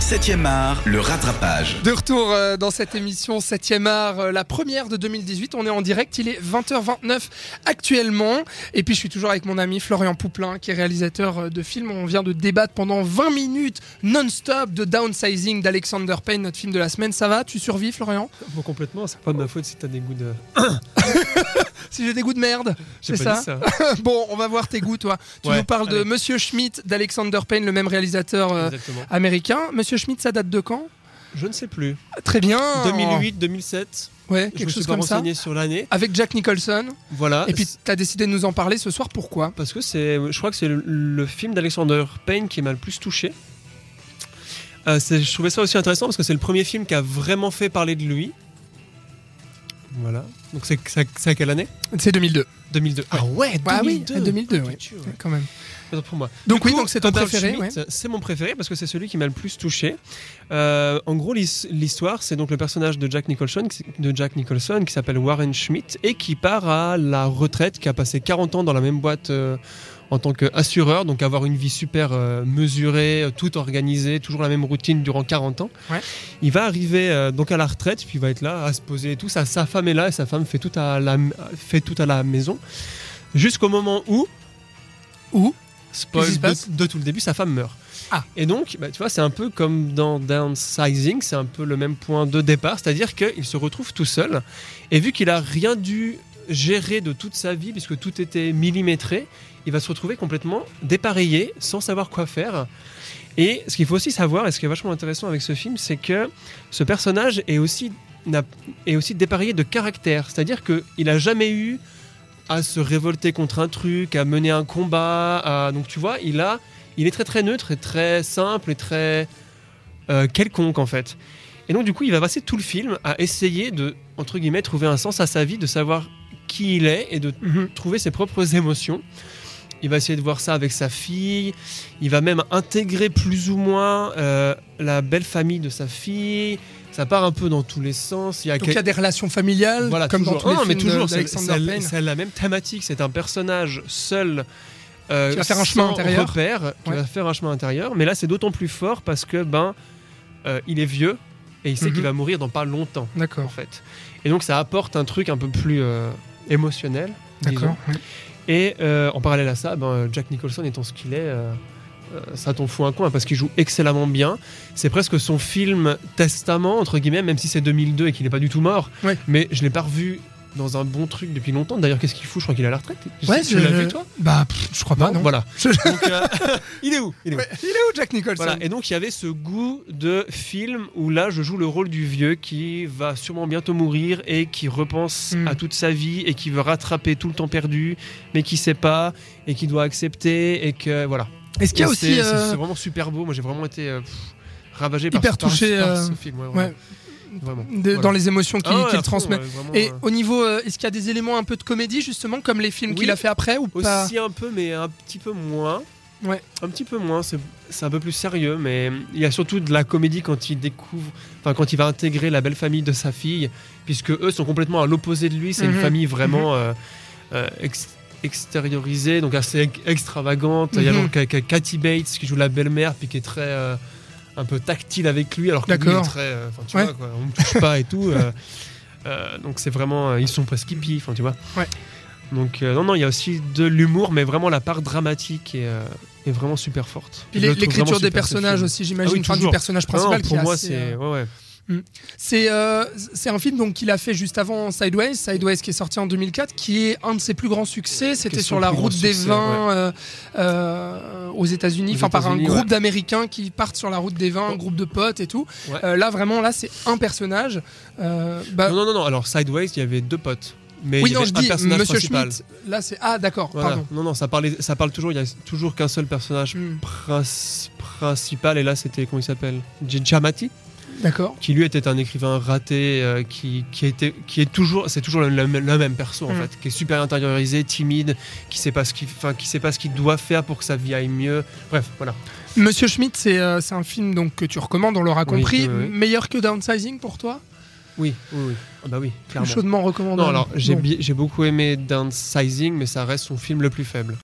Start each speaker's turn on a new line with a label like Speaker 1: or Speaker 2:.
Speaker 1: 7e art, le rattrapage.
Speaker 2: De retour euh, dans cette émission 7e art, euh, la première de 2018. On est en direct, il est 20h29 actuellement. Et puis je suis toujours avec mon ami Florian Pouplin, qui est réalisateur euh, de films. On vient de débattre pendant 20 minutes non-stop de Downsizing d'Alexander Payne, notre film de la semaine. Ça va Tu survis, Florian
Speaker 3: Bon, complètement, c'est pas de ma faute si t'as des goûts de.
Speaker 2: Si j'ai des goûts de merde.
Speaker 3: J'ai
Speaker 2: C'est
Speaker 3: pas
Speaker 2: ça.
Speaker 3: dit ça.
Speaker 2: bon, on va voir tes goûts, toi. Tu
Speaker 3: Ouais,
Speaker 2: nous parles de
Speaker 3: allez.
Speaker 2: Monsieur Schmidt d'Alexander Payne, le même réalisateur euh,
Speaker 3: Exactement.
Speaker 2: américain. Monsieur Schmidt, ça date de quand
Speaker 3: Je ne sais plus.
Speaker 2: Très bien.
Speaker 3: 2008, 2007.
Speaker 2: Ouais,
Speaker 3: je me
Speaker 2: Oh. quelque
Speaker 3: suis
Speaker 2: chose
Speaker 3: pas
Speaker 2: comme ça.
Speaker 3: renseigné sur l'année.
Speaker 2: Avec Jack Nicholson.
Speaker 3: Voilà.
Speaker 2: Et puis, Ah, t'as décidé de nous en parler ce soir. Pourquoi
Speaker 3: parce que c'est, je crois que c'est le, le film d'Alexander Payne qui m'a le plus touché. Euh, c'est- je trouvais ça aussi intéressant parce que c'est le premier film qui a vraiment fait parler de lui. Voilà. Donc c'est c'est- c'est à quelle année
Speaker 2: C'est 2002.
Speaker 3: 2002. Ah ouais,
Speaker 2: Ah oui,
Speaker 3: 2002.
Speaker 2: 2002,
Speaker 3: Ah,
Speaker 2: oui.
Speaker 3: tu-
Speaker 2: Quand même.
Speaker 3: Attends, pour moi.
Speaker 2: Donc
Speaker 3: Du
Speaker 2: oui,
Speaker 3: coup,
Speaker 2: donc c'est ton
Speaker 3: Total
Speaker 2: préféré.
Speaker 3: Schmidt,
Speaker 2: ouais.
Speaker 3: C'est mon préféré parce que c'est celui qui m'a le plus touché. Euh, en gros, l'his- l'histoire, c'est donc le personnage de Jack Nicholson, qui s- de Jack Nicholson qui s'appelle Warren Schmidt et qui part à la retraite, qui a passé 40 ans dans la même boîte euh, en tant qu'assureur, donc avoir une vie super euh, mesurée, euh, tout organisée, toujours la même routine durant 40 ans.
Speaker 2: Ouais.
Speaker 3: Il va arriver euh, donc à la retraite, puis il va être là à se poser et tout. Sa, sa femme est là et sa femme fait tout à la, fait tout à la maison. Jusqu'au moment où
Speaker 2: Où
Speaker 3: spoil
Speaker 2: Qu'est-ce qui se passe
Speaker 3: de, de tout le début, sa femme meurt.
Speaker 2: Ah.
Speaker 3: Et donc, bah, tu vois, c'est un peu comme dans Downsizing, c'est un peu le même point de départ, c'est-à-dire qu'il se retrouve tout seul, et vu qu'il a rien dû gérer de toute sa vie, puisque tout était millimétré, il va se retrouver complètement dépareillé, sans savoir quoi faire. Et ce qu'il faut aussi savoir, et ce qui est vachement intéressant avec ce film, c'est que ce personnage est aussi, n'a- est aussi dépareillé de caractère, c'est-à-dire qu'il a jamais eu à se révolter contre un truc, à mener un combat. à- Donc tu vois, il a, il est très très neutre et très simple et très euh, quelconque en fait. Et donc du coup, il va passer tout le film à essayer de entre guillemets trouver un sens à sa vie, de savoir qui il est et de
Speaker 2: Mhm.
Speaker 3: trouver ses propres émotions. Il va essayer de voir ça avec sa fille. Il va même intégrer plus ou moins euh, la belle famille de sa fille. Ça part un peu dans tous les sens. Il y a
Speaker 2: Donc il
Speaker 3: quel-
Speaker 2: y a des relations familiales,
Speaker 3: voilà,
Speaker 2: comme
Speaker 3: toujours.
Speaker 2: dans tous les
Speaker 3: Ah, mais
Speaker 2: films de-
Speaker 3: toujours, c'est-
Speaker 2: d'Alexander
Speaker 3: c'est-
Speaker 2: Payne.
Speaker 3: C'est la même thématique. C'est un personnage seul. euh,
Speaker 2: Qui va faire un chemin
Speaker 3: sans
Speaker 2: intérieur.
Speaker 3: repère, qui
Speaker 2: Ouais.
Speaker 3: va faire un chemin intérieur. Mais là, c'est d'autant plus fort parce que ben, euh, il est vieux et il sait
Speaker 2: Mhm.
Speaker 3: qu'il va mourir dans pas longtemps, en
Speaker 2: D'accord,
Speaker 3: fait. Et donc, ça apporte un truc un peu plus euh, émotionnel. disons.
Speaker 2: d'accord. ouais.
Speaker 3: Et euh, en parallèle à ça, ben, euh, Jack Nicholson étant ce qu'il est, euh, euh, ça t'en fout un coin parce qu'il joue excellemment bien. C'est presque son film testament, entre guillemets, même si c'est 2002 et qu'il n'est pas du tout mort.
Speaker 2: Ouais.
Speaker 3: Mais je l'ai pas revu dans un bon truc depuis longtemps. D'ailleurs, qu'est-ce qu'il fout Je crois qu'il est à la retraite. Je
Speaker 2: Ouais,
Speaker 3: sais- tu l'as
Speaker 2: je-
Speaker 3: vu, toi
Speaker 2: Bah, pff, je crois pas, non.
Speaker 3: Voilà. Donc, euh, il est où Il est où
Speaker 2: Ouais, Il est où Jack Nicholson
Speaker 3: Voilà. Et donc, il y avait ce goût de film où là, je joue le rôle du vieux qui va sûrement bientôt mourir et qui repense
Speaker 2: Mm.
Speaker 3: à toute sa vie et qui veut rattraper tout le temps perdu, mais qui sait pas et qui doit accepter et que voilà.
Speaker 2: Est-ce qu'il y a
Speaker 3: Et
Speaker 2: aussi...
Speaker 3: c'est-
Speaker 2: euh,
Speaker 3: c'est vraiment super beau. Moi, j'ai vraiment été euh, pff, ravagé par,
Speaker 2: Hyper
Speaker 3: par-
Speaker 2: touché,
Speaker 3: par
Speaker 2: euh,
Speaker 3: ce film. Ouais,
Speaker 2: ouais.
Speaker 3: Vraiment.
Speaker 2: de-
Speaker 3: Voilà.
Speaker 2: Dans les émotions qu'il
Speaker 3: Ah ouais,
Speaker 2: qu'il
Speaker 3: à fond,
Speaker 2: transmet.
Speaker 3: ouais, vraiment,
Speaker 2: Et
Speaker 3: euh,
Speaker 2: au niveau, euh, est-ce qu'il y a des éléments un peu de comédie justement, comme les films
Speaker 3: Oui.
Speaker 2: qu'il a fait après ou pas
Speaker 3: Aussi un peu, mais un petit peu moins.
Speaker 2: Ouais.
Speaker 3: Un petit peu moins, c'est c'est un peu plus sérieux, mais il y a surtout de la comédie quand il découvre, enfin quand il va intégrer la belle famille de sa fille, puisque eux sont complètement à l'opposé de lui. C'est
Speaker 2: Mhm.
Speaker 3: une famille vraiment euh, euh, ex- extériorisée, donc assez ex- extravagante. Il y a
Speaker 2: Mhm.
Speaker 3: donc euh, Kathy Bates qui joue la belle-mère, puis qui est très euh, un peu tactile avec lui, alors que lui il est
Speaker 2: D'accord.
Speaker 3: très, euh, enfin tu
Speaker 2: Ouais.
Speaker 3: vois, quoi, on me touche pas et tout. euh, euh, donc c'est vraiment, euh, ils sont pas skippy, enfin tu vois.
Speaker 2: Ouais.
Speaker 3: Donc euh, non, non, il y a aussi de l'humour, mais vraiment la part dramatique est, euh, est vraiment super forte.
Speaker 2: Puis
Speaker 3: Je
Speaker 2: les-
Speaker 3: le trouve
Speaker 2: l'écriture
Speaker 3: vraiment
Speaker 2: des
Speaker 3: super, ce film.
Speaker 2: personnages aussi, j'imagine,
Speaker 3: Ah oui,
Speaker 2: enfin, du
Speaker 3: toujours.
Speaker 2: personnage
Speaker 3: Non, non,
Speaker 2: principal qui
Speaker 3: pour
Speaker 2: est
Speaker 3: moi,
Speaker 2: assez,
Speaker 3: c'est
Speaker 2: euh,
Speaker 3: ouais, ouais.
Speaker 2: C'est euh, c'est un film donc qu'il a fait juste avant Sideways, Sideways qui est sorti en 2004, qui est un de ses plus grands succès. C'était
Speaker 3: son
Speaker 2: sur la
Speaker 3: plus grand
Speaker 2: route des
Speaker 3: succès,
Speaker 2: vins euh, euh, aux États-Unis,
Speaker 3: Aux
Speaker 2: enfin par un
Speaker 3: États-Unis,
Speaker 2: groupe
Speaker 3: ouais.
Speaker 2: d'Américains qui partent sur la route des vins, un
Speaker 3: Oh.
Speaker 2: groupe de potes et tout.
Speaker 3: Ouais.
Speaker 2: Euh, là vraiment, là c'est un personnage. Euh, bah,
Speaker 3: Non, non, non, non, Alors Sideways, il y avait deux potes, mais
Speaker 2: oui
Speaker 3: il y
Speaker 2: non
Speaker 3: avait
Speaker 2: je
Speaker 3: un
Speaker 2: dis
Speaker 3: personnage
Speaker 2: Monsieur
Speaker 3: principal.
Speaker 2: Schmitt. Là c'est ah d'accord
Speaker 3: Voilà.
Speaker 2: pardon.
Speaker 3: Non, non, ça parlait, ça parle toujours. Il y a toujours qu'un seul personnage
Speaker 2: Hmm,
Speaker 3: prince- principal, et là, c'était comment il s'appelle, Jamati.
Speaker 2: D'accord.
Speaker 3: qui lui était un écrivain raté, euh, qui, qui, était, qui est toujours, c'est toujours le, le- le même perso en
Speaker 2: Mm.
Speaker 3: fait, qui est super intériorisé, timide, qui sait pas ce qu'il, enfin, qui sait pas ce qu'il doit faire pour que sa vie aille mieux. Bref, voilà.
Speaker 2: Monsieur Schmitt c'est euh, c'est un film donc que tu recommandes, on l'aura
Speaker 3: Oui,
Speaker 2: compris.
Speaker 3: oui, oui.
Speaker 2: Meilleur que Downsizing pour toi
Speaker 3: Oui, oui, oui. Ah bah oui, clairement.
Speaker 2: Chaudement recommandé.
Speaker 3: Non, alors j'ai
Speaker 2: Bon.
Speaker 3: bi- j'ai beaucoup aimé Downsizing, mais ça reste son film le plus faible.